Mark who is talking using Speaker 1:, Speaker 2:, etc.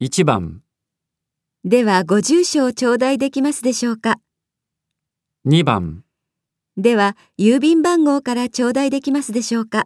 Speaker 1: 1番、
Speaker 2: ではご住所を頂戴できますでしょうか
Speaker 1: 2番、
Speaker 2: では郵便番号から頂戴できますでしょうか